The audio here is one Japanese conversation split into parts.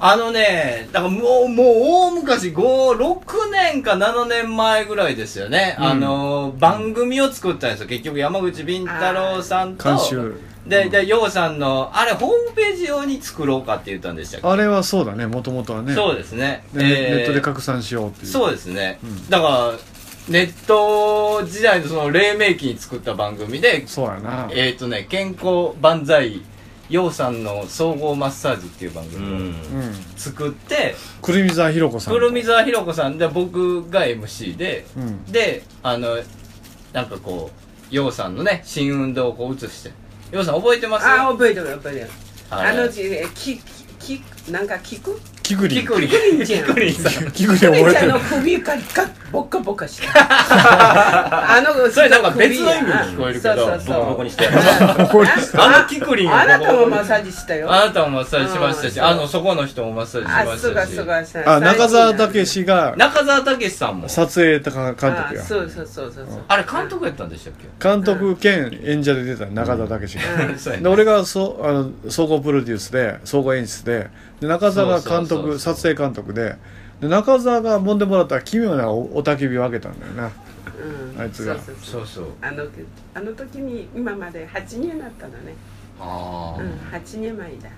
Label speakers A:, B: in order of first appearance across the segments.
A: あのね、だからもう、もう大昔、5、6年か7年前ぐらいですよね。
B: うん
A: あの、番組を作ったんですよ。結局山口敏太郎さんと
B: 監、修
A: で、で、ようさんの、あれ、ホームページ用に作ろうかって言ったんでしたっけ
B: あれはそうだねもともとはね
A: そう
B: で
A: ですね。
B: ネ
A: えー
B: ネットで拡散しようっていう
A: そう
B: で
A: ですね。
B: うん
A: だから、ネット時代のその黎明期に作った番組で、
B: そうやな
A: えっ、とね、健康万歳、ようさんの総合マッサージっていう番
C: う
A: 組を
C: ん
B: うん
A: 作って、
B: くるみ沢ひろ子さん
A: 黒水沢ひろ子さんで僕が MC で、
B: うん
A: であのなんかこうようさんのね新運動をこう映してようさん覚えてます
D: ああ覚えてる覚えてる
A: はい
D: あの字えきききなんか聞く
B: キグリ
A: キ
B: ン
A: クリ
D: キクリンちゃん
A: キクリンさん
B: キグリ覚
D: お姉
B: え
D: ち
B: て
D: ゃん
B: る
D: の首ががボッカボカして あの
A: それなんか別の意味に聞こえるけど
D: そうそうそう
C: ボコボコにしてやる
D: あ
B: これ
A: あのキクリンを
D: あなたもマッサージしたよ
A: あなたもマッサージしましたし
D: うん
A: あのそこの人もマッサージしま
D: あす
A: した
D: が
A: し
D: すがさ
B: あ中澤武史が
A: 中澤武さんも
B: 撮影とか監督
D: あ
B: や
D: そうそうそうそうそう
A: あれ監督やったんでしたっけ
B: 監督兼演者で出た中澤武史が、
A: そうや
B: で
A: ね
B: 俺がそあの総合プロデュースで総合演出でで中澤が監
A: そうそう
B: 督
A: そうそう
B: 撮影監督でで中澤が揉んでもらった奇妙なおおたき火をあげたんだよな
D: うん
B: あいつが
D: そうそ
A: そ
D: うそう
A: うそう
D: あのあの時に今まで8年だったのね、
A: あ
D: うん
A: あ、
D: 8年前だ、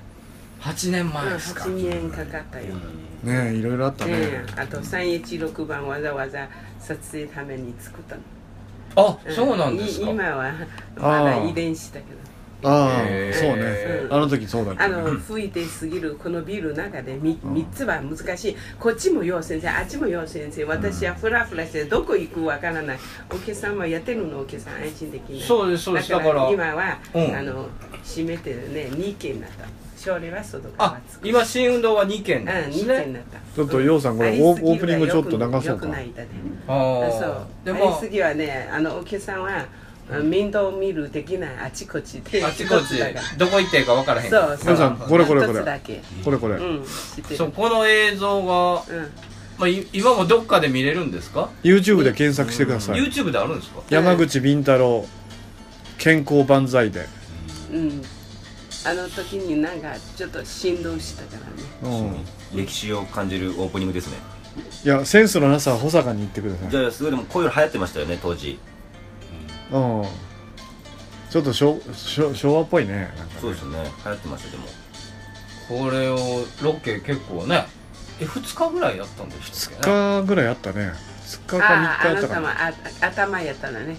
A: 8年
D: うん、
A: 前ですか
D: 8年かかったよ、
B: ねえいろいろあったね
D: ねえあと316番わざわざ撮影ために作ったの、
A: あそうなんです
D: い
A: か
D: 今はまだ遺伝子だけど
B: ああ
A: へえ
B: そうね
D: うん
B: あの時そうだった
D: あの吹いてすぎるこのビルの中で 3, つは難しいこっちも陽先生あっちも陽先生私はフラフラしてどこ行くわからないお客さんはやってるのお客さん安心できない
A: そうですそうです
D: だか
A: だから
D: ら今は、
A: うん
D: あの閉めてね2軒になった勝利は外か
A: あ
D: ら作る
A: 今新運動は2
D: う
A: 件
D: ん
A: なんです
D: 2
A: ね
D: 軒になった
B: ちょっと陽さんこれ
D: ありすぎ
B: オ
D: る
B: ーオープニングちょっと流そ
D: よ
B: う
D: く
B: か
D: ないだね
A: あ
D: あ
A: あ
D: そう
A: で
D: あり
A: も
D: すぎはねあのお客さんはあ面倒見る的なあちこちで
A: あちこち
D: だから
A: どこ行っていいか分からへん
D: そうそう
B: 皆さんこれこれこれ
D: 一つだけ
B: これこれ
D: うん知ってる
A: そうこの映像が、
D: うん
A: まあ、い今もどっかで見れるんですか、
B: YouTube で検索してください
A: YouTube であるんですか
B: 山口敏太郎健康万歳で
D: うん、あの時になんかちょっと振動したからね
B: うん
C: 歴史を感じるオープニングですね
B: いやセンスのなさは保坂に言ってください
C: じゃあすごいでもこういうの流行ってましたよね当時
B: うんちょっとしょしょ昭和っぽいねなんかね
C: そうですよね流行ってましたよでも
A: これをロケ結構ねえ2日ぐらいやったんですけどね
B: 2日ぐらいあったね2日か
D: ああ
B: 3日
D: あ
B: あっ
D: な
B: たか
D: たも
B: な
D: あ頭やったらね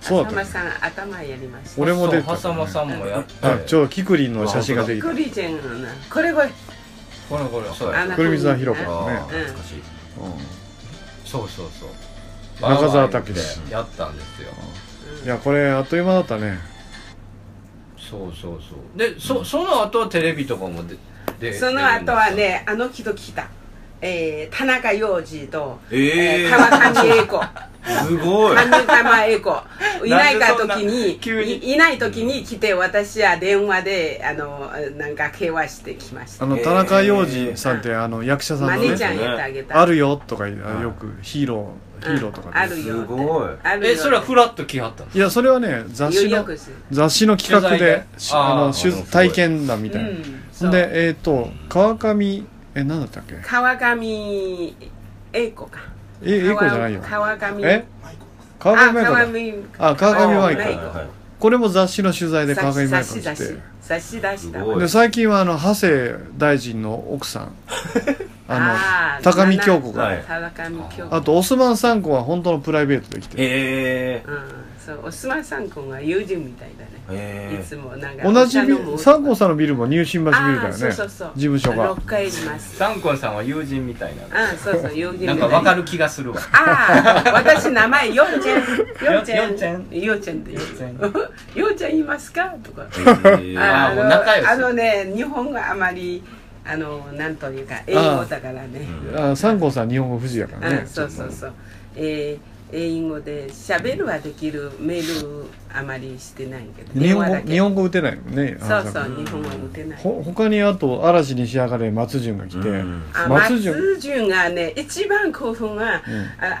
B: そうだった
D: 頭
B: ね
D: さん頭やりました
B: 俺も出てた
A: そう狭間さんもやって
B: あちょうどキクリンの写真が
C: う
B: できた
D: クリちゃんのなこれこれ
A: これこれそう
C: あ
D: の
B: くるみ沢ひろ子
D: うん
B: のね
C: ああ懐かしい
B: うん
A: そうそうそう
B: 中
A: バ
B: 澤
A: ーバー
B: 武史
A: 言ってやったんですよ
B: いやこれあっという間だったね
A: そうそうそうでそその後はテレビとかもでで
D: その後はねあの人来た、えー、田中洋次と、
C: ええ
D: ー川上英子
C: すごい
D: 上玉英子 いないか
A: なんでそ
D: 時
A: んな
D: に
A: 急に
D: いいない時に来て私は電話であのなんか会話してきまし
B: あ
D: た
B: の
C: えー
B: 田中洋次さんってあの役者さ
D: マ
B: ん
D: ネ
B: の
D: ちゃん
B: ね
D: やってあげた
B: あるよとか言うあよくヒーローヒーローとか
D: あ
B: で
D: るよ
C: すごい
D: あるよ
A: えそれはフラッと来はったんです
B: いやそれはね雑誌
D: よ
B: の
D: くする
B: 雑誌の企画
A: 取材
B: で
A: で
B: し
A: あー
B: あの
C: すご
B: 取
C: い
B: 体験談みたいな
D: そう
B: でえっと川上え何だったっけ
D: 川上英子か
B: え英子じゃないよ
D: 川上
B: え
D: あ
B: 川上舞
D: 川
B: 子だ
D: 上
B: あ川上舞
D: は
B: 子
D: い
C: はいはい
B: これも雑誌の取材で川上
D: 差
B: 舞子
D: し
B: 来
D: 差して差し出した
C: すごい
B: で最近はあの長谷大臣の奥 さんあの高見京子
C: は
B: が
C: い
D: 田中美京子
B: あとオスマン三子は本当のプライベートで来て
C: ええ
D: うんそうおすまさん君は友人みたいだねい
C: え
D: つもなんか
B: 同じビル三子
D: ん
B: さんのビルも入信橋ビルだよね
D: そうそうそう
B: 事務所が
D: 6回います
A: サンコンさんは友人みたいな
D: あそうそう友人み
A: な
D: たい
A: んかわかる気がするわ
D: ああ、私名前ヨン ちゃん、ヨンちゃん、
A: ヨンちゃん
D: ヨンちゃんって言う、 ヨンちゃんいますかとか。
C: えええ
A: あーもう仲良し
D: あのね、日本があまり、あの、なんというか、英語だからね。
B: あ三子さん日本語不自由やから
D: う
B: ね
D: ん、そうそうそう。えー、英語で喋るはできる、メールあまりしてないけど。
B: 日本
D: 電話
B: 語
D: だけ
B: 日本語打てないもんね
D: そう
B: あの
D: そ
B: 三子
D: う、日本語打てない。
B: ほ他にあと嵐に仕上がれ松潤が来て
C: うん
D: あ
B: 松潤
D: 松潤がね、一番興奮は、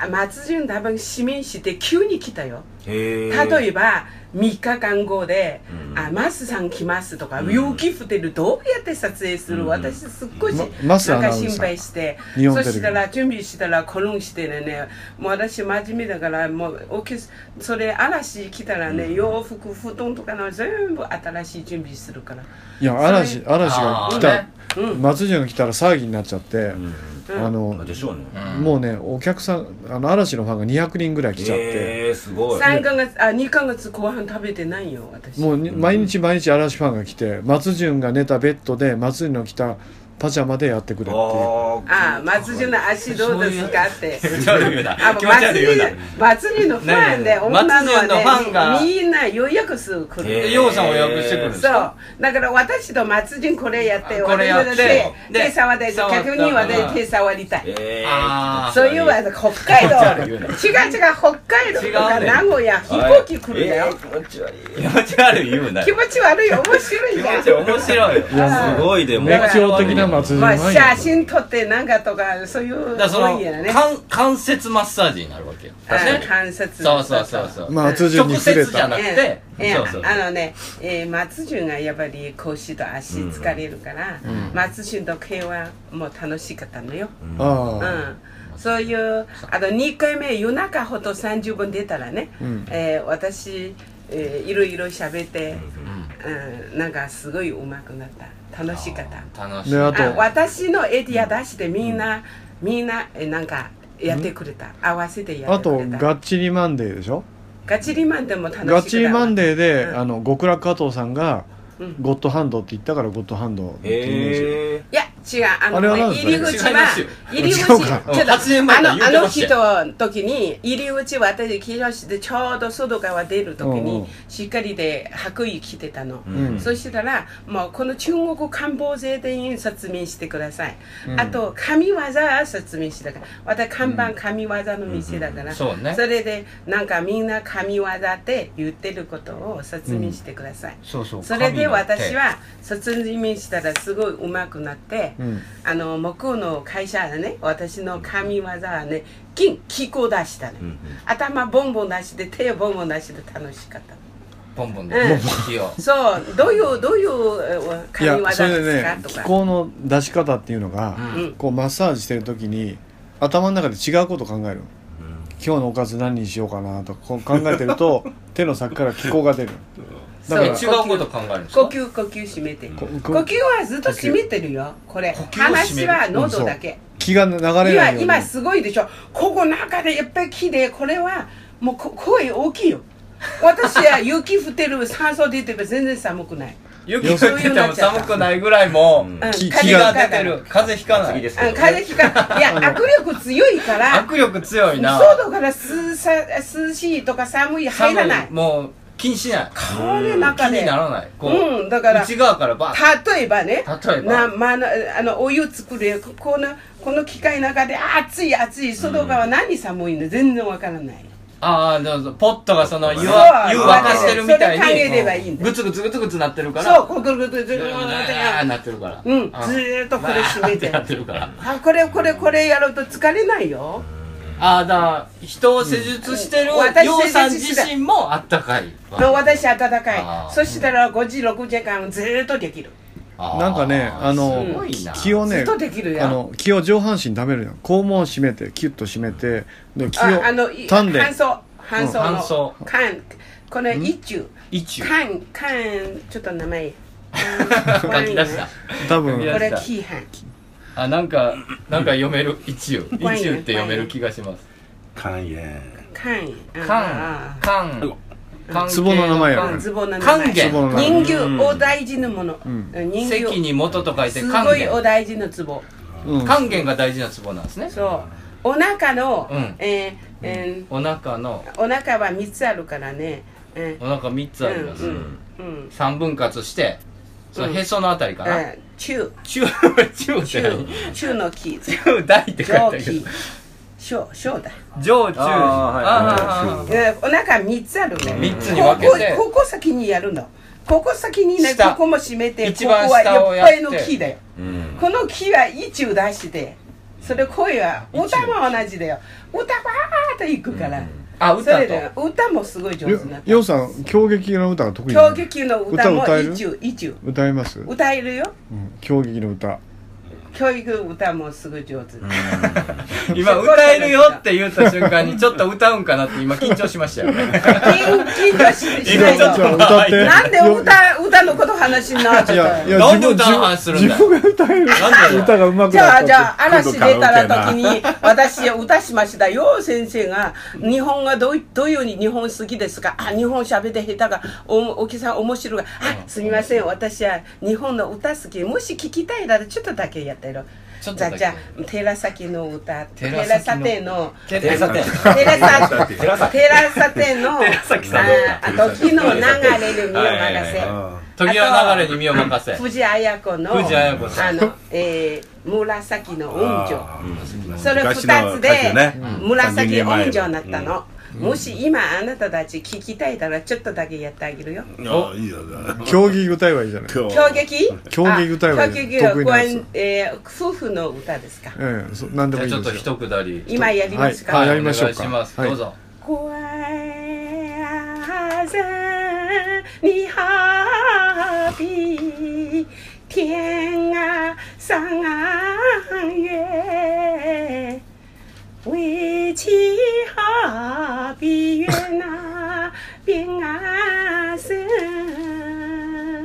D: あ松潤多分指名して急に来たよ。
C: ええ
D: 例えば、 3日間後で
C: う
D: 「
C: ん
D: あマスさん来ます」とか「
C: うん
D: 勇気振ってるどうやって撮影する?」
C: うん
D: 私すっごいし
B: ま
D: なん
B: マスアナ
D: か
B: ウンサー
D: 心配して
B: 日本
D: そ
B: テレビ
D: したら準備したらコロンしてねもう私真面目だからもうおけそれ嵐来たらね洋服布団とかの全部新しい準備するから
B: いや嵐嵐が来た
A: あ、
D: うん
B: 松潤が来たら騒ぎになっちゃって、あ
C: うん
B: の
C: でしょうね
A: うん
B: もうねお客さんあの嵐のファンが200人ぐらい来ちゃって、
C: えーすごい
D: 3ヶ月あ2ヶ月後半食べてないよ私
B: もうに
C: うん
B: 毎日毎日嵐ファンが来て松潤が寝たベッドで松潤の着たパジャマでやってくれっていう
D: ああ松潤の足どうですかって
A: 気持ち悪い言うな
D: あ。の
A: 気持ち悪い言うな。
D: 祭りのファン
A: ねえね
D: で
A: え
D: 女の
A: 祭りのファン
D: は
A: が
D: ねみんな予約数来る、
A: えようさんを予約してくるんです
D: そ
A: か
D: うだから私と松人これやって
A: あこれやって
D: 私で手触って
A: 触った
D: 逆に私手触りたい
C: え
A: あー
D: そういうわ北海道違う違う北海道とか
A: 違うね
D: 名古屋飛行機来るんだよ、
C: 気持ち悪い
A: 気持ち悪い言うな。
D: 気
A: 気持
D: 持ち悪い面白いじゃん
A: ち悪い面白いよ。
D: や
C: すごいでも
B: 熱狂的な松潤フ
D: ま
B: ァ
D: あ、
B: ンや
D: 写真撮ってなんかとかそういう
A: だからその
D: 多いやね
A: 関関節マッサージになるわけよ。確か
D: あ
A: に。
D: 観察
A: そうそうそうそう。
B: まあ松潤に
A: 直
B: 触れ
A: 接じゃ
B: た
A: なくて、
D: ええ
A: そうそう。
D: あのね、えー、松潤がやっぱり腰と足疲れるから、松潤と会話も楽しかったのよ、うん
B: あ
D: そういうあと2回目夜中ほど30分出たらね、
B: うん
D: えー私、えーいろいろ喋って、
A: うん
D: うん、なんかすごい上手くなった楽しかった
A: 楽しい。
B: であ
D: あ
B: と
D: 私のエディア出してみんな、みんなえーなんかやってくれた、合わせて
B: あ
D: や
B: あ
D: って
B: と「
D: くれた
B: ガッチリマンデー」でしょ
D: ガチリマンでも楽しかった
B: ガチリマンデーで、
D: うん
B: あの極楽加藤さんが、
D: うん
B: ゴッドハンドって言ったからゴッドハンドってイメージ、
C: え
D: いや、違う。あの、
B: あれは何ですか
D: 入り口
A: 違いま
D: は
A: すよ、
D: 入り口、
B: 違うか
D: ちょっと
A: 8年前
D: あ
A: から
D: の、
A: 言う
D: あ
A: て
D: の
A: ました
D: 人の時に、入り口、私、黄色して、ちょうど外側出る時
B: うんう
D: に
B: ん、
D: しっかりで白衣着てたの。
B: うん
D: そしたら、もう、この中国官房税で説明してください。
B: うん
D: あと、神業説明してたから、私、看板神業の店だから、
A: そうね。
D: それで、なんかみんな神業って言ってることを説明してください。
A: そうそう。
D: それで私
A: 神の
D: は卒業したらすごい上手くなって、
B: うん
D: あの向こうの会社でね私の神業はね金気候出したね、頭ボンボン出して手ボンボン出して楽しかっ
A: 手。
D: た
A: ボンボンで
D: うん
A: 火を。
D: そうどういうどういうえー
B: い
D: 神業
B: や
D: です
B: そ
D: か
B: れでね
D: と
B: 気
D: か
B: 候の出し方っていうのが、
A: うん
D: うん
B: こうマッサージしてる時に頭の中で違うこと考えるの今日のおかず何にしようかなとかこう考えてる と手の先から気候が出るだから
A: え違うこと考えるんです
D: 呼
A: か。
D: 吸呼吸閉めて
B: こ
D: 呼
B: こ
D: 吸はずっと閉めてるよこれ
A: 呼吸を閉める
D: 話は喉だけ、
B: 気が流れないよ
D: 今
B: うに
D: 今すごいでしょここ中でいっぱい木でこれはもうこ声大きいよ私は雪降ってる酸素出てる全然寒くない、
A: 雪降ってても寒くないぐらいも
D: うん、
B: 気
A: 気
D: 風
A: が
D: が
A: 出てる。風邪ひかな
C: 次
A: い
C: で。す
D: うん風邪ひかいや握力強いから
A: 握力強いな。
D: 外から涼さ涼しいとか寒い入らない
A: もう気にしない。
D: これ中
A: 気に
D: で
A: ならない。こう。
D: うんだから
A: 内側からバーッ
D: 例えばね
A: 例えば
D: な、まあ、なあのお湯作るここのこの機械の中で暑い暑い外側何寒いの全然わからない
A: ああ、どうぞ。ポットがその湯
C: そう
A: わ、湯沸かしてるみたい
D: それで考えればいい
A: に、
D: んだ
A: グツグツグツグツなってるから、
D: そうこうぐるぐるぐ
A: う
D: るぐるぐる
A: ーなってるから。
D: うんず
A: あ
D: ーっとこれ閉めて
A: バーってなってるから。
D: あこれこれこれやると疲れないよ
A: ああ、だから、人を施術してる、
D: うん私
A: ようさん
D: 施術して
A: 自身もあったかい。
D: あ私暖
A: あ
D: か
A: ー
D: いそしたら5時6時間ずーっとできる
A: あー
B: なんかねあの
A: すごいな
B: 気を
D: ず
B: ね
D: っとできるよ
B: あの気を上半身溜めるじゃん肛門を締めてキュッと締めてで気を
D: ああのい
B: 丹田
D: 搬送搬送の、
A: うん搬送
D: 缶この一中
A: 一応。
D: 缶缶ちょっと名前
A: 書き出した。
B: 多
A: い
B: 分
A: や
D: これキーハン
A: あ、なんか、なんか読める。一応。一応
D: 怖
A: っ
D: いね
A: て読める気がします。
C: 肝炎
D: 缶
A: 缶、缶、缶
B: 壺の名前や
D: ズボンの
A: 関
D: 名
A: 係
D: 前
B: 壺の名前
D: 人
A: う
D: 形
A: ん
D: お大事なもの、
B: ん
D: 人形
A: 関に元と書いて
D: す
A: 関
D: ごいお
A: 元
D: 大事なツボ
B: うん
A: 関元が大事なツボなんですね
D: そうお腹の、
A: うん
D: えーえ
A: お腹の
D: ーお腹は3つあるからね、え
A: お腹3つあります、
D: う
A: 三
D: んーうん
A: 3分割してそのへそのあたりかな、
D: えー中
A: 中中って
D: 中
A: 何
D: 中の木
A: 中大って書いて
D: 上
A: あるけ
D: 気
A: ど
D: 小小だ
A: 上中
C: あーはい
A: あー
D: えーお腹三つあるね。
A: 三つに分けて
D: ここここ先にやるの。ここ先にね、
A: 下
D: ここも締めて、こ
A: 一
D: こ
A: 番
D: は
A: 下を
D: いっ
A: やっ
D: ぱ
A: て
D: いの木だよ。
C: うん
D: この木は一中出して、それ声は、
A: 一中
D: 歌も同じだよ。歌ばーっと行くから。
A: あ
D: そ
A: 歌
D: れ
A: と
D: で歌もすごい上手になっ
B: よう
D: た
B: さん競技の歌が得意な
D: 狂
B: の
D: 劇の歌
B: 歌
D: も
B: 歌える
D: 一応一応
B: 歌います、うん、
D: 歌えるよ
B: 競技の歌
D: 教育歌もすごい上手
A: 今歌えるよって言った瞬間にちょっと歌うんかなって今緊張しましたよね
D: 緊緊張ししな い
A: ちょ
B: 今
A: っ
B: じ
A: と
B: ゃ
D: と
B: あ歌って
D: なんで歌歌のこと話になっち
B: い
D: ゃ
B: や
D: っ
B: いや
D: たの
A: なんで歌
B: 自分
A: の話するんだよ
B: 自分が歌え
A: な
B: る
A: んでだよ
B: 歌がうまく
D: じ
B: なった
D: ゃ
B: っ
D: あ
B: て
D: じゃあ嵐出たら時に私歌しましたよう先生が「日本がどういどういうふうに日本好きですか?」あ「日本喋って下手がおおきさん面白いがあすみません私は日本の歌好きもし聞きたいならちょっとだけやってろ」
A: ちょっと
D: じゃ
A: だけ
D: あじゃあ寺崎の歌
A: 寺
D: 寺
A: 崎の
D: 崎亭の
A: テサテン
D: テラサ、テ
C: 寺
D: ラサ
C: 崎
D: テの、
A: 寺崎さん
D: あーあ時の流れに身を任せ。
C: あ
A: 時は流れに身を任せ
D: 藤あや子の、
A: 藤あや子さ
D: あの、えー、紫の
C: ー
D: 音女。
C: あーうん
D: それ二つ
C: 昔の歌手
D: で
C: ね、
D: 紫音女になっ
C: う
D: た
C: ん
D: の。もし今あなたたち聞きたいならちょっとだけやってあげるよ。
A: お
C: あいいよな
B: 競技歌えばいいじゃない
C: 今日
D: 狂劇
B: 狂劇歌えばいい
D: あ狂劇は
B: 得意なやつ
D: こうえー夫婦の歌ですか。
B: ええそ何で
A: じゃ
B: もい
A: あ
B: い
A: ちょっと
B: ですよ
A: 一くだり
D: 今やりますか
B: はいやりましょうか
A: お願いします
B: はい
A: どうぞ
D: 怖い啊風に哈比天啊上啊月，为妻哈比月那边啊生。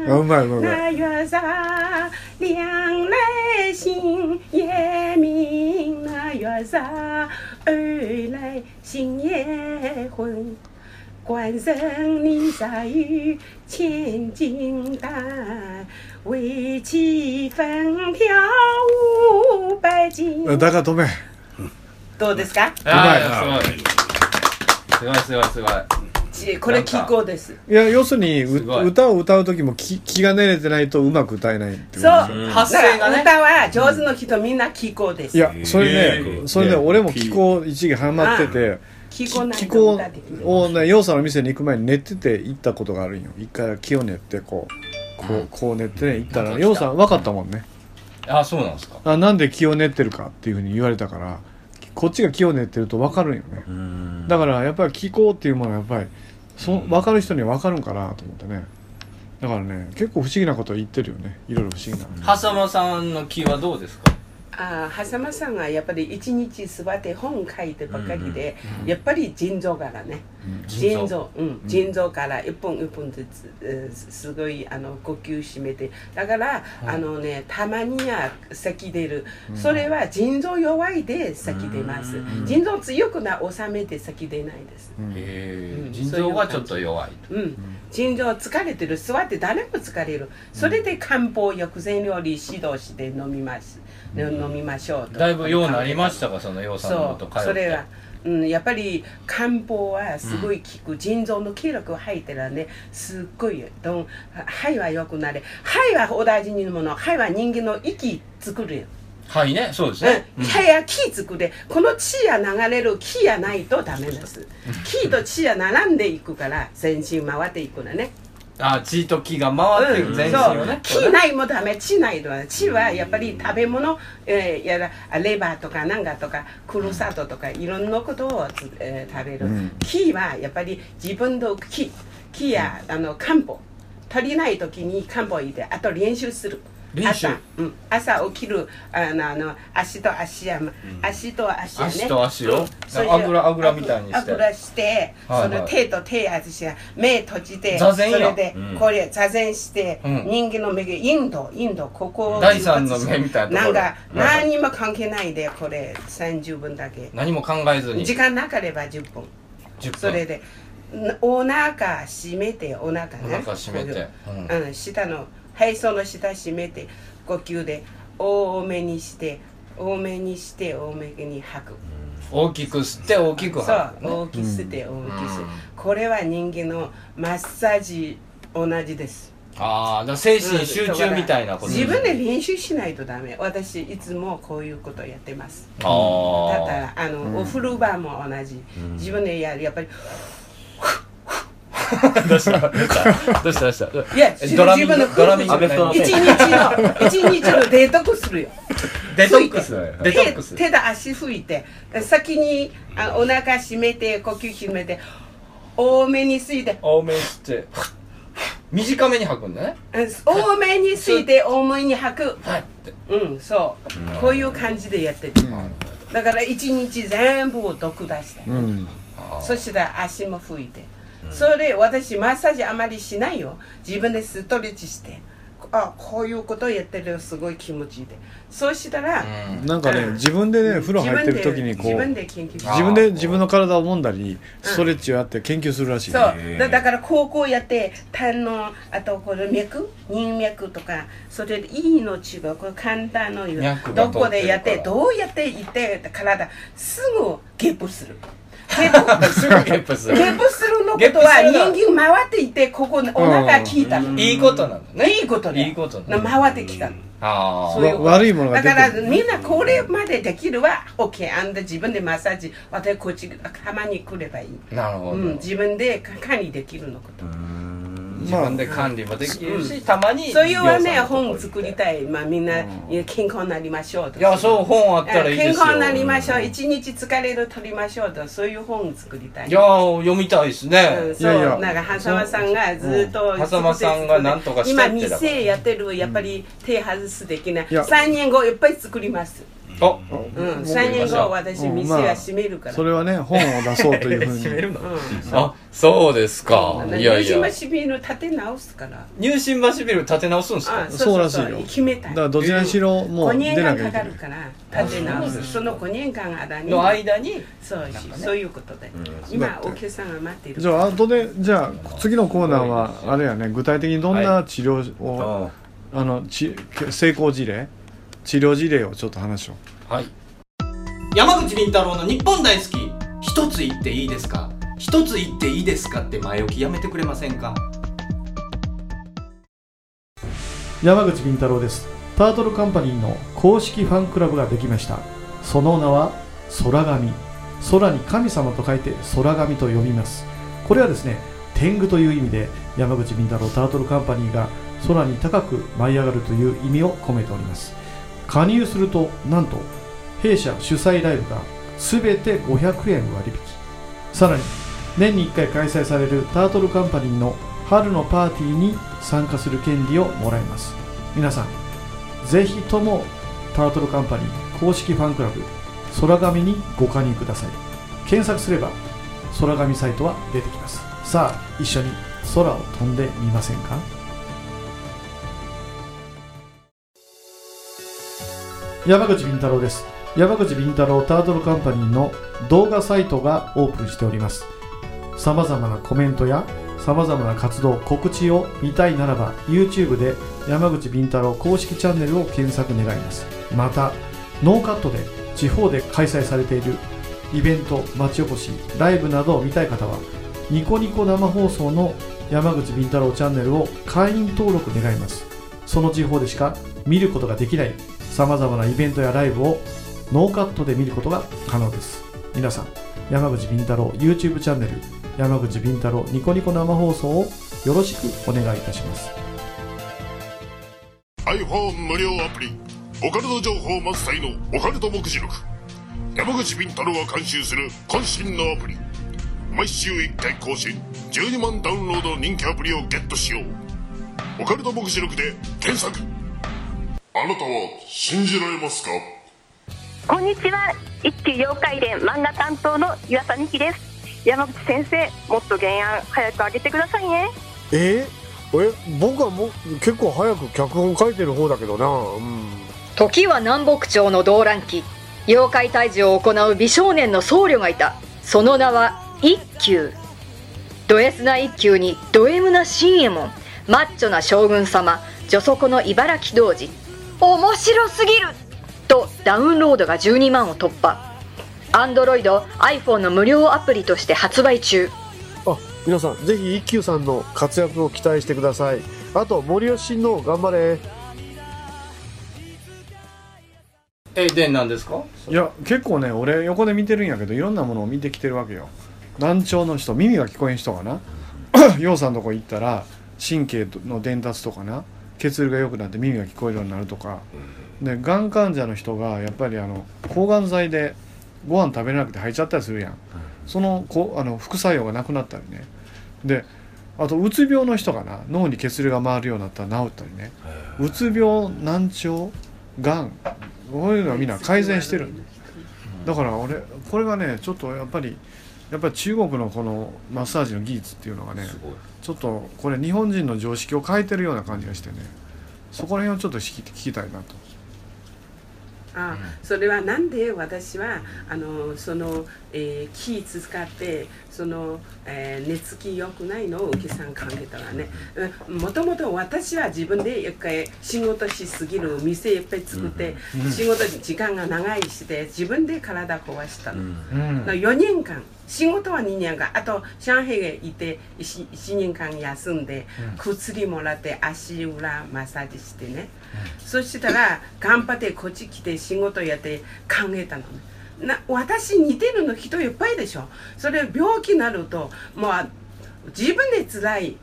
B: あうまいうまいうまい
D: 那月上两来新夜明，那月上二来新夜昏。官人你在于千金担，为妻分票五百金。
B: だから止め
D: どうですか？
A: ああすごいすごいすごいすごい
D: ちこれ記号です。
B: いや要するにう
A: すごい
B: 歌を歌う時も気気が練れてないとうまく歌えないって
D: そ。
A: ん
B: いうう
D: だか
A: 発声がね
D: ら歌は上手の人みんな記号です。
B: いやそれ
C: え
B: ね
C: え
B: それね俺も気候一時ハマってて
D: 記
B: き
D: 号ない
B: 気
D: と
B: 候
D: 歌できない。
B: をね洋さんの店に行く前に寝てて行ったことがあるんよ一回気を練ってこうこうこう寝てね行ったら洋さん分かったもんね
A: あそうなんですか
B: あなんで気を練ってるかっていうふうに言われたからこっちが気を練ってると分かるんよね
C: うん
B: だからやっぱり気候っていうものはやっぱりそ分かる人には分かるんかなと思ってねだからね結構不思議なこと言ってるよねいろいろ不思議な
A: 狭間さんの気はどうですか
D: ああ狭間さんがやっぱり一日座って本書いてばかりで、やっぱり腎臓からね、腎臓うん、腎臓から一本一本ずつ、えーすすごいあの呼吸しめてだから、あのねたまには咳出る、それは腎臓弱いで咳出ます、腎臓強くな収めて咳出ないです
A: へ
D: う
A: え
D: ん
A: 腎臓がちょっと弱い
D: うん、腎臓疲れてる座って誰も疲れるそれで漢方薬膳料理指導して飲みます、ね飲みましょうと
A: だいぶようなりましたかそのようさんの
D: そ
A: こと
D: うそれは、うん、やっぱり漢方はすごい効く、腎臓の気力入ってるねすっごいどん肺は良くなれ肺はお大事にもの肺は人間の息作るよ、
A: はいねそうですね
D: うん、肺や気作れこの血や流れる気やないとダメです気と血や並んでいくから全身回っていくのね
A: あ血と気が回って
D: う
A: る
D: ん、
A: 全身をね
D: そう気ないもダメ血ないとは血はやっぱり食べ物、えーやらあレバーとかなんかとかクルサドとかいろんなことをつ、えー食べる、気はやっぱり自分の気気やあの漢方足りない時に漢方入れてあと練習する
A: 練習
D: 朝,、うん、朝起きるあのあの足と足や、足と足やね
A: 足と足を
D: うんそれで
A: あぐらあぐらみたいにして
D: あぐらして、
A: はいはい
D: その手と手足して目閉じて
A: 座禅や
D: それで、
C: うん
D: これ座禅して、
A: うん
D: 人間の目がインドインドここを
A: 第三の目みたいなと
D: な
A: ころ
D: んか何にも関係ないでこれ30分だけ
A: 何も考えずに
D: 時間なければ10分
A: 10分
D: それでんお腹締めてお腹ね
A: お腹締めて
D: こういううん、下の肺層の下締めて呼吸で多めにして多めにして多めに吐く
A: 大きく吸って大きく吐く
D: そう大きく吸って大
A: ん
D: きく吸う
A: うん
D: これは人間のマッサージ同じです
A: ああだから精神集中みたいなこと
D: 自分で練習しないとダメ私いつもこういうことやってます
A: ああ
D: だからあの、お風呂場も同じ自分でやるやっぱり
A: どうしたどうしたどうしたどうした
D: いや
A: えドラミン
D: 自分の
A: ドラミン
C: 安倍さ ん
D: 一日の一日のデートクするよ
A: デトック
C: そうです
A: スデ
C: ね
A: トックス
D: 手手と足拭いて先にあお腹締めて呼吸決めて多めに吸いて
A: 多めに吸って短めに吐くんだね
D: うん多めに吸いて多めに吐く
A: はいって
D: うんそうこういう感じでやっててだから一日全部を毒出して
B: うん
D: そしたら足も拭いてそれ私マッサージあまりしないよ自分でストレッチしてあこういうことをやってるすごい気持ちいいでそうしたら、
B: なんかね
D: うん
B: 自分でね風呂入ってる時にこ
D: 自
B: う
D: 分で自分で研究
B: 自分で自分の体を揉んだりストレッチをやって研究するらしい、
D: そう
C: へー
D: だだから高校やって胆のあとこれ脈人脈とかそれでいいの違うこれ簡単の言
A: 脈
D: う
A: が
D: ど
A: 通ってるから
D: こでやってどうやって行って体すぐゲッ プするゲップ
A: すぐゲップする
D: ゲップするのこ
A: ゲッ
D: と
A: プする
D: は
A: の
D: 人間回っていてここお腹効いたの、
A: いいことなんだね
D: いいことね
A: いいことね
D: 回ってきたの
A: あ
D: そういうこと
B: わ悪いものが
D: だ
B: 出て
D: か
B: る
D: らみんなこれまでできるは OK あんた自分でマッサージ私こっち浜に来ればいい、
A: あなるほど
D: うん、自分で管理できるのこと、
A: 自分で管理もできるしたまに
D: そういうはね
A: りょうさんのとこ行
D: 本
A: って
D: 作りたい、まあ、みんな健康になりましょうと
A: いやそう本あったらいいです
D: 健
A: よ
D: 康になりましょう一日疲れる取りましょうとそういう本作りたい
A: いやー読みたいですね、
D: うん
B: い
D: そう
B: やいや
D: なんか狭間さんがずっと、
A: うん狭間さんがなんとかしたいってだから
D: 今店やってるやっぱり手外すできない
B: いや
D: 3年後いっぱい作ります
A: あ
D: うん、
A: 作
D: 3
A: りま
D: 年
A: しょう
D: 後私
B: うん
D: 店
B: まあ
D: は閉めるから、
B: それはね本を出そうという ふうに
A: 閉めるの
D: うん
A: あそうですかいやいや
D: 島シビル立て直すから
A: 入信橋ビル建て直すんですか
D: あ
B: そうらしいよ
D: 決めた
B: だ
D: い
B: からどちらにしろもう
D: 5
B: 出
D: 年
B: な
D: 間
B: きゃ
D: か
B: いけ
D: か
B: ない
D: るから立て直すその5年間間に
A: の間に
D: そうしそういうことで今お客さんが待っている
B: じゃあ後でじゃあ次のコーナーはあれやね具体的にどんな治療を、
C: あ
B: あのち成功事例治療事例をちょっと話しよ
A: はい山口倫太郎の日本大好き一つ言っていいですか一つ言っていいですかって前置きやめてくれませんか
B: う山口敏太郎ですタートルカンパニーの公式ファンクラブができましたその名は空神空に神様と書いて空神と呼びますこれはですね天狗という意味で山口敏太郎タートルカンパニーが空に高く舞い上がるという意味を込めております加入するとなんと弊社主催ライブが全て500円割引さらに年に1回開催されるタートルカンパニーの春のパーティーに参加する権利をもらいます皆さんぜひともタートルカンパニー公式ファンクラブ空紙にご加入ください検索すれば空紙サイトは出てきますさあ一緒に空を飛んでみませんか山口敏太郎です山口敏太郎タートルカンパニーの動画サイトがオープンしておりますさまざまなコメントやさまざまな活動告知を見たいならば YouTube で山口敏太郎公式チャンネルを検索願いますまたノーカットで地方で開催されているイベント町おこしライブなどを見たい方はニコニコ生放送の山口敏太郎チャンネルを会員登録願いますその地方でしか見ることができないさまざまなイベントやライブをノーカットで見ることが可能です皆さん山口敏太郎 YouTube チャンネル山口敏太郎ニコニコ生放送をよろしくお願いいたします
E: iPhone 無料アプリオカルト情報満載のオカルト目次録山口敏太郎が監修する渾身のアプリ毎週1回更新12万ダウンロードの人気アプリをゲットしようオカルト目次録で検索あなたは信じられますか
F: こんにちは一級妖怪伝漫画担当の岩佐美希です山口先生もっと原案早く上げてくださいね
G: ええ僕はもう結構早く脚本書いてる方だけどな、うん、
H: 時は南北朝の動乱期妖怪退治を行う美少年の僧侶がいたその名は一休ド S な一休にド M な新右衛門マッチョな将軍様女底の茨城童子面白すぎるとダウンロードが12万を突破アンドロイド iPhone の無料アプリとして発売中
G: あ皆さんぜひ一休さんの活躍を期待してくださいあと森吉の頑張れ
A: えでなんですか
B: いや結構ね俺横で見てるんやけどいろんなものを見てきてるわけよ難聴の人耳が聞こえん人がな ようさんのとこ行ったら神経の伝達とかな血流が良くなって耳が聞こえるようになるとかでがん患者の人がやっぱりあの抗がん剤でご飯食べれなくて吐いちゃったりするやん、そのこあの副作用がなくなったりねであとうつ病の人がな脳に血流が回るようになったら治ったりねうつ病難聴がんこういうのはみんな改善してるんだだから俺これがねちょっとやっぱりやっぱり中国のこのマッサージの技術っていうのがね
C: すごい
B: ちょっとこれ日本人の常識を変えてるような感じがしてねそこら辺をちょっと聞き聞きたいなと。
D: あそれはなんで私はあのその、えー木使ってその、えー寝つき良くないのをお客さん考えたらねうんもともと私は自分で一回仕事しすぎる店いっぱい作って、仕事に時間が長いして自分で体壊したの、だ4年間仕事は2年間あと上海へ行って1年間休んで、薬もらって足裏マッサージしてね、そしたら頑張ってこっち来て仕事やって考えたのねな私似てるの人いっぱいでしょそれ病気になるともう自分で辛い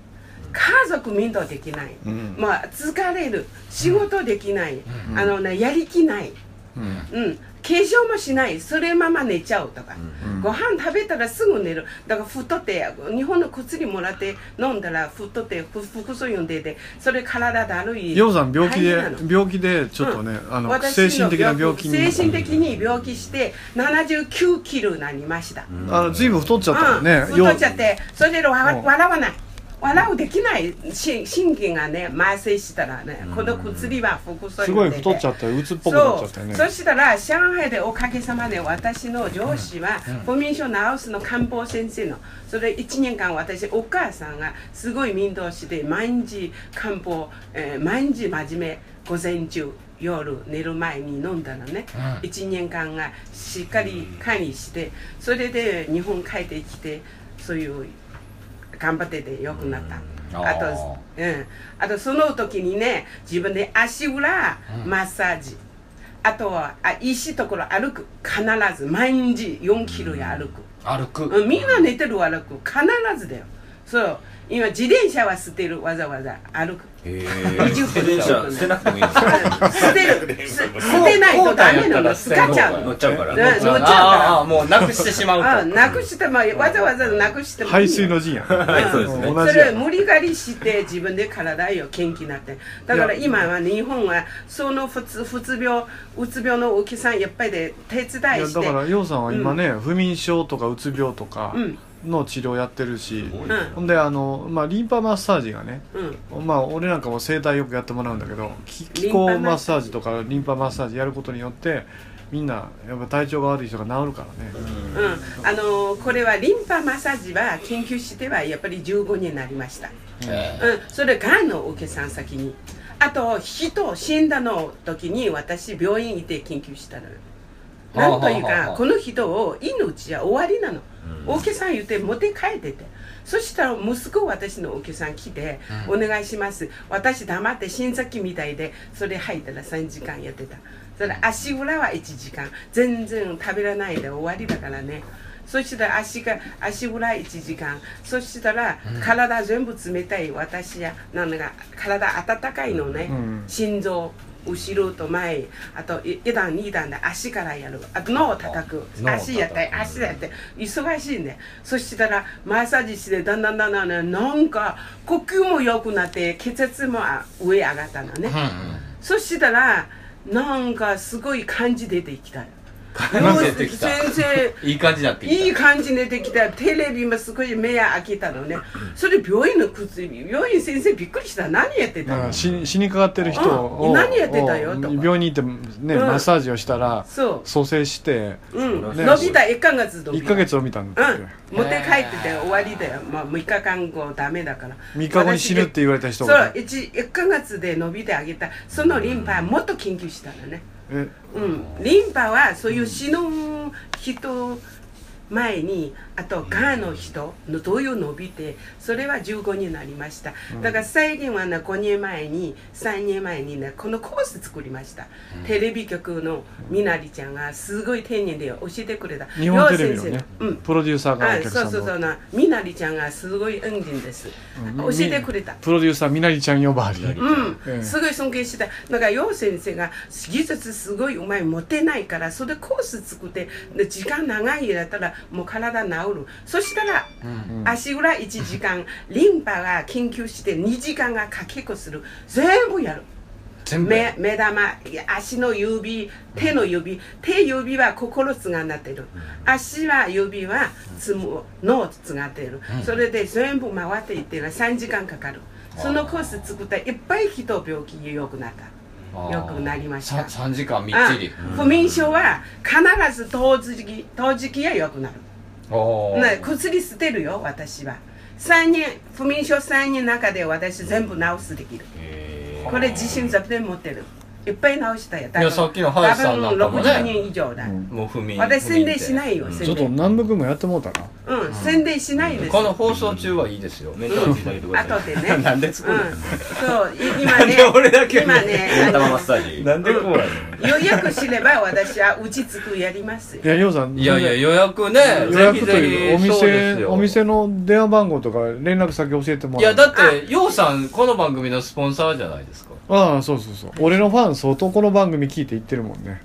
D: 家族面倒できない、まあ疲れる仕事できない、あのねやりきない、うん、化粧もしないそれまま寝ちゃうとか、ご飯食べたらすぐ寝るだから太って日本の薬もらって飲んだら太ってふ副作用出てそれ体だるい
B: ようさん病気で
D: 大変なの
B: 病気でちょっとね、
D: うん
B: あの
D: 私
B: 精神的な病気に
D: 精神的に病気して79キロになりました、うん
B: あの随分太っちゃったよね、よう
D: 太っちゃってそれでわ
B: うん
D: 笑わない笑うできないし神経がね麻酔したらね、この薬は副作
B: す
D: 用
B: ごい
D: で
B: 太っちゃったようつっぽくなっちゃ
D: そ
B: ったよ
D: う
B: ね
D: そしたら上海でおかげさまで私の上司は不眠症治すの漢方先生のそれ1年間私お母さんがすごい面倒して毎日漢方、えー毎日真面目午前中夜寝る前に飲んだのね、1年間がしっかり管理してそれで日本帰ってきてそういう頑張っててよくなった。あと、うん、あとその時にね、自分で足裏マッサージ、あとはあ石ところ歩く、必ず毎日4キロや歩く、
A: 歩く、
D: うん、みんな寝てる歩く、必ずだよ。そう、今自転車は捨てる、わざわざ歩く。
C: へ
D: 移住
C: ー
D: す
C: 自
D: る
C: 転車捨てなくてもいいんですよ
D: 捨てる、す捨てないとダメなの、使っちゃう
C: 乗っ
D: の。
C: ちゃうから
D: うん乗っちゃう
A: ああ
D: か
A: もうなくしてしまう
D: ら、あ
A: と
D: なくしても、わざわざなくしてもいいよ
B: 排水の陣や、
C: はいそうですね
B: 同
D: そ
B: じ
D: れ
B: や
D: 無理狩りして自分で体を元気になってだから今はね日本はその普通普通病うつ病のお客さんやっぱりで手伝い
B: いや
D: して
B: だからようさんは今ね、不眠症とかうつ病とか
D: うん
B: の治療やってるし、
D: うん
B: ほんであの、まあ、リンパマッサージがね
D: うん
B: まあ俺なんかも整体よくやってもらうんだけど気
D: リ
B: 気
D: ンパマッサージ
B: 候マッサージとかリンパマッサージやることによってみんなやっぱ体調が悪い人が治るからね、
D: うんあのーこれはリンパマッサージは研究してはやっぱり15年になりました、うん、それがんのお客さん先にあと人死んだの時に私病院行って研究したのよなんという
A: はあはあは
D: か
A: あ
D: この人を命は終わりなの、お客さん言って持って帰っててそしたら息子私のお客さん来て、お願いします私黙って新作みたいでそれ入ったら3時間やってたそれ足裏は1時間全然食べらないで終わりだからねそしたら足が足裏1時間そしたら体全部冷たい私やなんか体温かいのね、心臓後ろと前あとい一段二段で足からやるあと脳を叩く
A: あ脳を叩く
D: 足やったり足やったり忙しいねそしたらマッサージしてだんだんだんだんねなんか呼吸も良くなって血圧もあ上上がったのね、そしたらなんかすごい感じ出て きたよ
A: 感じ出てきた
D: 先生
A: いい感じだって
D: い
A: き
D: い感じに出てきたテレビもすごい目が開けたのねそれ病院の薬病院先生びっくりした何やってた
B: だか
D: の
B: ら死に死にかかってる人
D: う
B: を
D: ん何やってたよとか
B: 病院に行ってね、
D: うん
B: マッサージをしたら
D: そう
B: 蘇生して
D: うん、
B: ね
D: 伸びた1ヶ月伸び
B: 1
D: た
B: ヶ月を見たん
D: う
B: だって、
D: ん持って帰ってて終わりだよ、まあ、6日間後ダメだから
B: 3日後に死ぬって言われた人
D: そう
B: がえ
D: 1, 1ヶ月で伸びてあげたそのリンパもっと研究したのね、うん、リンパはそういう死ぬ人前にあとがんの人のどういう伸びてそれは15になりましただから最近はね5年前に3年前にねこのコース作りました、テレビ局のみなりちゃんがすごい丁寧で教えてくれた
B: 日本テレビのね
D: よう先生うん
B: プロデューサーがお
D: あ
B: 客
D: そ
B: さ
D: うんそうそ
B: の
D: うなみなりちゃんがすごい恩人です、教えてくれた
B: プロデューサーみなりちゃん呼ばわり
D: う
B: ええ
D: ん、すごい尊敬してただから楊先生が技術すごいうまい持てないからそれコース作ってで時間長いやったらもう体治るそしたら、足裏1時間リンパが緊急して2時間がかけっこする全部やる
A: 全部
D: 目目玉いや足の指手の指手指は心つがなってる足は指はつむ脳つがってるそれで全部回っていってる3時間かかるそのコース作ったらいっぱい人病気良くなった良くなりました
A: さ3時間みっ
D: あ
A: ちり
D: 不眠症は必ず陶磁器陶磁器は良くなる
A: おー
D: な薬捨てるよ私は3人不眠症3人の中で私全部治すできるこれ自信作で持ってるいっぱい治したよ多分
A: いやさっきの林さんなんかもね
D: 多分60人以上だ、
A: もう不眠
D: 私宣伝し
A: い
D: ないよ
B: ちょ
D: 宣
B: っと
D: 伝
B: 南北もやってもうたな
D: うん宣伝しないです
A: この放送中はいいですよメンタルいただいてください
D: 後で ね
C: なんで作
D: う
C: る
D: ん
C: の、
D: そうい今ね
A: で俺だけ
D: 今ね
C: 頭マッ
D: あ
C: サージ
A: なんでこうやね
D: のよ予約すれば私はうちつくやりますよ
B: いやようさん
A: んいやいや予約ね
B: 予約と
A: ぜひぜ
B: いう
A: ひ
B: お
A: そうです
B: 店
A: よ
B: お店の電話番号とか連絡先教えても
A: い
B: ら
A: や
B: う
A: だってようさんこの番組のスポンサーじゃないですか
B: ああそうそうそう俺のファン相当この番組聞いて言ってるもんね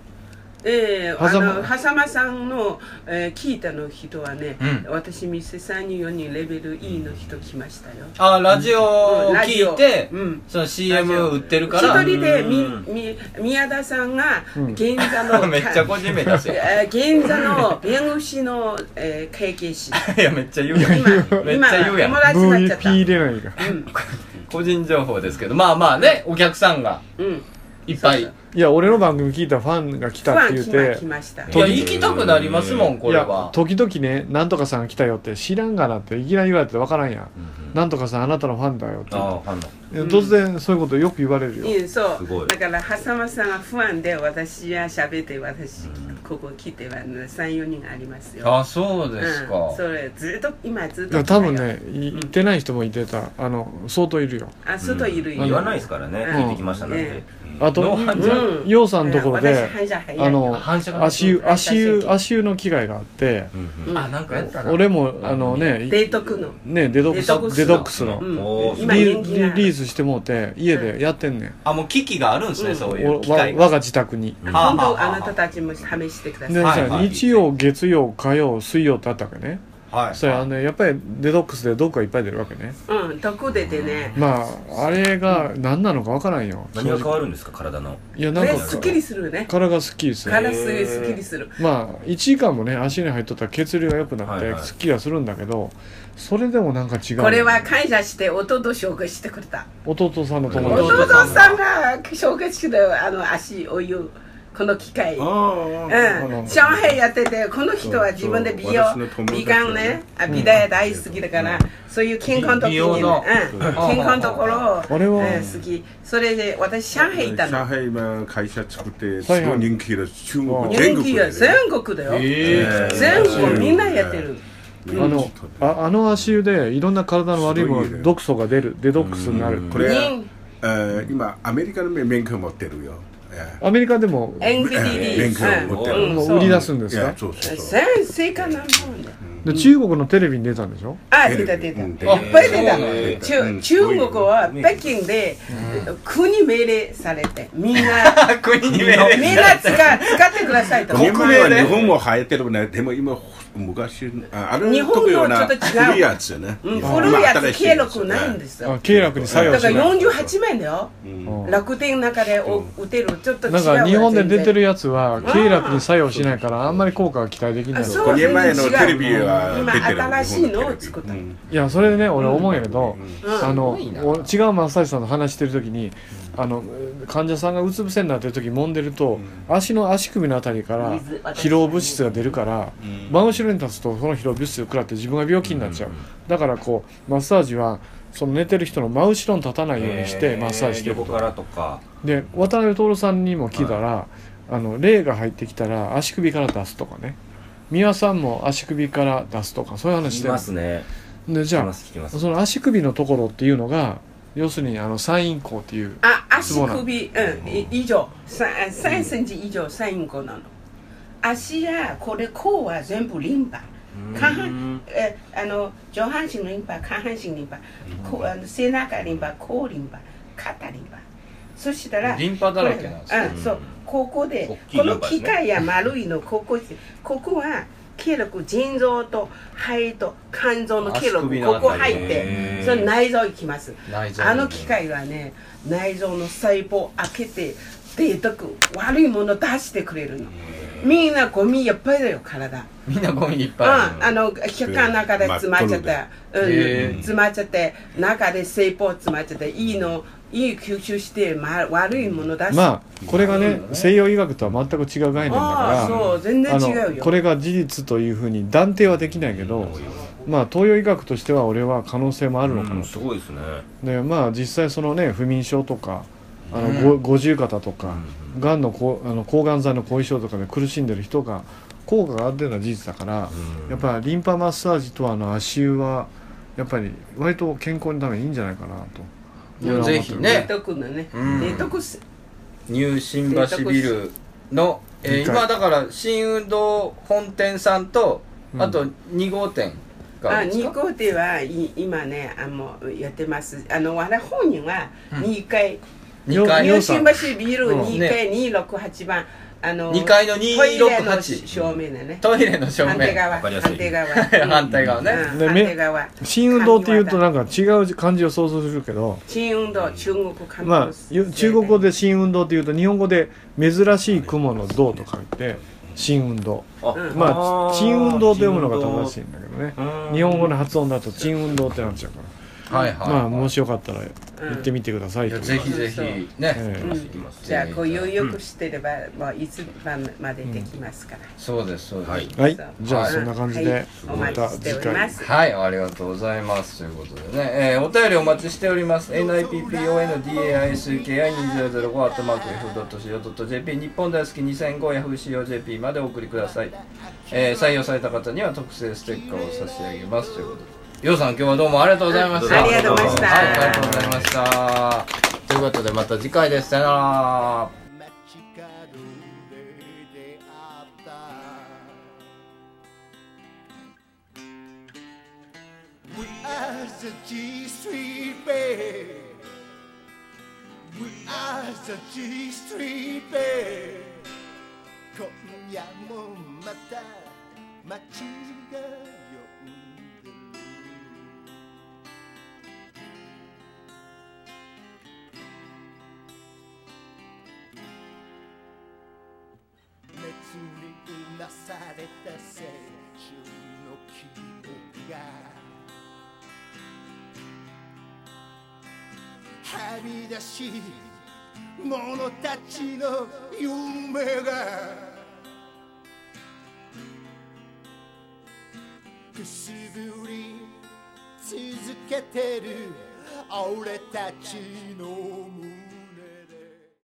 D: ええ
B: 狭間
D: あの狭間さんの、えー聞いたの人はね、私店3人4人レベル E の人来ましたよ、
A: あラジオを
D: うんラジ
A: 聞
D: オ
A: いて
D: うん
A: その CM 売ってるか
D: 一
A: ら
D: 人でみ
C: うん
D: み宮田さんが
B: ん
D: 銀座 の
A: めっちゃ個人名出すよ
D: えー銀座の弁護士の、えー経験士
A: いやめっちゃ言うやん
D: 今
A: めっちゃ言うやん
D: 今友達になっちゃった
B: VP 入れないから
D: うん
A: 個人情報ですけどまあまあねお客さんが
D: うん
A: いっぱいい
B: いや俺の番組聞いたファンが来
D: フ
B: たっ
D: ァ
B: て
D: ン
B: 言っ
D: 来ま
B: て
D: 来ました
A: や行きたくなりますもんこ
B: い
A: れ
B: や
A: は
B: 時々ね「なんとかさん来たよ」って知らんがなっていきなり言われて分からんやん「なんとかさんあなたのファンだよ」って
C: ああファンの
B: 突然そういうことよく言われるよ
D: うん、そ
C: すご
D: う
C: い
D: だから狭間さんが不安で私は喋って私ここ来ては34人ありますよ
A: あそうですか、
D: うん、それずっと今ずっ
B: いや
D: と
B: 多分ねい行ってない人もいてたあの相当いるよ
D: あ外いるよ、
C: 言わないですからね
D: うん
C: 聞いてきましたなんて
D: ね
B: あと
A: ノーハンじゃん
D: うん
B: 洋さんのところで
D: 私反射早いよ
B: あの
A: 反射が
B: 足湯
D: 反
B: 足
D: 射神
B: 湯
D: 経
B: 足湯の機会があって
D: うん
A: あなんかやったな
B: 俺もあのねい
D: デートくの
B: ねデドック
D: デトック
B: ス
D: ス
B: デトックスの
D: う
B: リ
D: ん
C: おー
D: 今人気
B: リ
D: な
B: リースしてもうて家でやってんねん
A: あもう機器があるんですね、
D: うん
A: そういう
B: お
A: 機
B: わ
A: 械
B: 我
A: が
B: が自宅に
A: は
D: 今
A: は
D: 度
A: は
D: あなたたちも試してくだ
B: で
D: さい
A: はい
B: さ
A: はい
B: 日曜月曜火曜水曜ってあったわけね
A: はい
B: それあのやっぱりデトックスで毒がいっぱい出るわけね
D: うん毒出てね
B: まああれが何なのかわからんよ
C: 何が変わるんですか体の
B: いやなん
D: ね
B: か
D: すっきりするね
B: 体がすっきりする
D: 体すごいすっきりする
B: まあ1時間もね足に入っとったら血流が良くなっ
C: はい
B: て
C: はい
B: すっきりはするんだけどそれでもなんか違う
D: これは感謝して弟紹介してくれた
B: 弟さんの友
A: 弟
B: 達
D: 弟さんが紹介してくれたあの足お湯この機械
E: あ
D: うん、上海やっててこの人は自分で美容
E: そうそう私の友達
D: 美顔ねあ美大大好きだから、そういう健康のとこ
A: 美
D: ろ
A: 容
D: に、
A: の
D: うん、健康のところを、
B: あれは
D: うん好きそれで私上海行った
E: 上
D: の
E: 海は会社作ってす
B: はいはい
E: ごい人気です中
B: ああ
E: 国全
D: 人
E: 国
D: 気
E: で
D: よ
E: ね
D: 全国だよ、
A: えー
D: 全国みんなやってる、
B: あのああの足湯でいろんな体の悪いも
E: すごい
B: の
E: ね
B: 毒素が出るデトックスになる
E: これ
D: 人
E: えー今アメリカの免許持ってるよえ
B: アメリカでも
D: エング
E: ー
D: リー
E: 免許を持ってる
D: うん
B: もう売り出すんで
E: い
B: すか
E: やそうそうそう
D: 全世界ナンバーワンだよ
B: で中国のテレビに出たんでしょ
D: あ出た出た、
E: うん
D: いっぱい出た、
A: え
E: ーう
D: 中
E: ん
D: 中国は北京で、国命令されてみんな
A: 国に命
D: みん
A: 令
D: な使使ってくださいと
E: 国名
A: 国名
E: は
A: で
E: 日本も流行ってるねでも今昔あある
D: 日本の
E: ような
D: ちょっと違う
E: 古いやつね
D: うん、
E: 今
D: 古いやつ
E: 新し
D: 経録ないん
E: ね
D: です
B: あ
D: よ。
B: 経絡に作用
D: だ
B: し
D: か
B: ない
D: ら48万だよ。
B: うん
D: 楽天の中でお打てるちょっと違う
B: な
D: や
B: ん
D: つ。
B: か日本で出てる
D: や
B: やつは経絡に作用しないからあんまり効果が期待できない
D: あそう
E: 5年前のテレビは出てる
D: 今新しいのを作った
E: うん
B: いやそれでね俺思うんやけど、
D: うん
B: あの
A: すごいな
B: お違うマッサージさんと話してる時にあの患者さんがうつ伏せになってる時揉んでると、足の足首のあたりから
D: 水私
B: 疲労物質が出るから、
E: ん
B: 真後ろに立つとその疲労物質を食らって自分が病気になっちゃう、だからこうマッサージはその寝てる人の真後ろに立たないようにしてマッサージしてる
C: 横
B: と
C: からとか
B: で渡辺徹さんにも聞いたら、あの霊が入ってきたら足首から出すとかね三輪さんも足首から出すとかそういう話
C: 聞
B: し
C: き
B: てる
C: ますね
B: でじ
C: 聞き
B: ゃ
C: ます聞きま
B: あ
C: す
B: その足首のところっていうのが要するにあの三陰交っていう
D: あ足
B: そうなの
D: 首うんい以上三三センチ以上サイン後なの足やこれ甲は全部リンパ
C: うん
D: 下半えあの上半身リンパ下半身リンパこあの背中リンパ甲リンパ肩リンパそしたら
A: リンパだらけなんですね
D: うんそうここで
A: 大きい
D: こ
A: リ
D: の
A: ンパです
D: 機
A: ね
D: 械や丸いのここここは経絡腎臓と肺と肝臓の経
A: 足首
D: 絡
A: の
D: こ
A: あたり
D: こ入っ
C: へ
D: て
C: ー
D: その内臓行きます
A: 内臓
D: あの機械はね内臓の細胞を開けてデータく悪いもの出してくれるのみんなゴミいっぱいだよ体
A: みんなゴミいっ
D: うん
A: ぱ
D: あの血管の中で詰まっちゃった、うん
A: へー
D: 詰まっちゃって中で細胞詰まっちゃっていいのいい吸収して、ま、悪いもの出して、
B: まあこれがね西洋医学とは全く違う概念だ
D: ああ
B: から
D: そう全然
B: あ
D: 違う
B: の
D: よ
B: これが事実というふうに断定はできないけど、まあ、東洋医学としては俺は可能性もあるのか
C: う
B: なん
C: すごいですね
B: でまあ実際そのね不眠症とかあの、ご五十肩とか、がんのこうあの抗がん剤の後遺症とかで苦しんでる人が効果があるっていうのは事実だから、やっぱりリンパマッサージとあの足湯はやっぱり割と健康のためにいいんじゃないかなと。
A: いもうぜひ
D: デ
A: ね
D: トックのね、
A: うん
D: デトックス
A: 入信橋ビルの、えー
B: 一回
A: 今だから新運動本店さんと
B: うん
A: あと2号店があ
D: あ
A: るんです
D: 二
A: か、
D: 号ではい今ねあもうやってますあのわら本人は2階、
A: 2階
D: 入
A: の
D: 信橋ビル
B: うん
D: 2階268番、あの
A: 二階の268
D: トイレの正面だね、
A: トイレの正
D: 反対
A: 面
D: 側
C: わかりやす
D: 反
C: い
D: 対側
A: 反対側ね
D: うん
B: で
D: 反
B: め
D: 対側
B: 新運動っていうとなんか違う感じを想像するけど、
D: 新運動中国韓
B: まあ
D: 国、
B: ゆ中国語で新運動っていうと日本語で珍しい雲の道と書いて新運動
D: うん
B: ま
C: あ
B: あ
C: ー
B: 新運動と読むのが正しいんだけどね
C: うん
B: 日本語の発音だと新運動ってなっちゃうから
A: はいはい、
B: まあもしよかったら行ってみてください
A: い
B: と
A: や
B: いう
A: ぜひぜひね、
B: ええ
D: うん
C: 行きます
D: じゃあこういうよくしてれば、もういつ晩までできますから、
A: そうですそうです、
C: はい
B: はい
D: そう
B: じゃあ
D: はい
B: そんな感じ
D: は
B: で
D: いお
B: ま
D: 待
B: た
D: ちして
B: 次
D: おりま
B: 回
D: す
A: はい、ありがとうございます。ということでね、えーお便りお待ちしております。nippondaiski2005-f.co.jp 日本大好き 2005-yahoo.co.jp までお送りください、えー採用された方には特製ステッカーを差し上げます。ということで、ようさん、今日はどうもありがとうございました。
D: ありがとうございました
A: はい、ありがとうございました。ということで、また次回です。さよなら。
E: We are the G Street Band. We are the G Street Band. 今夜もまた街が呼んでる。めつりうなされた青春の記憶がはみ出し者たちの夢がくすぶり続けてる俺たちの胸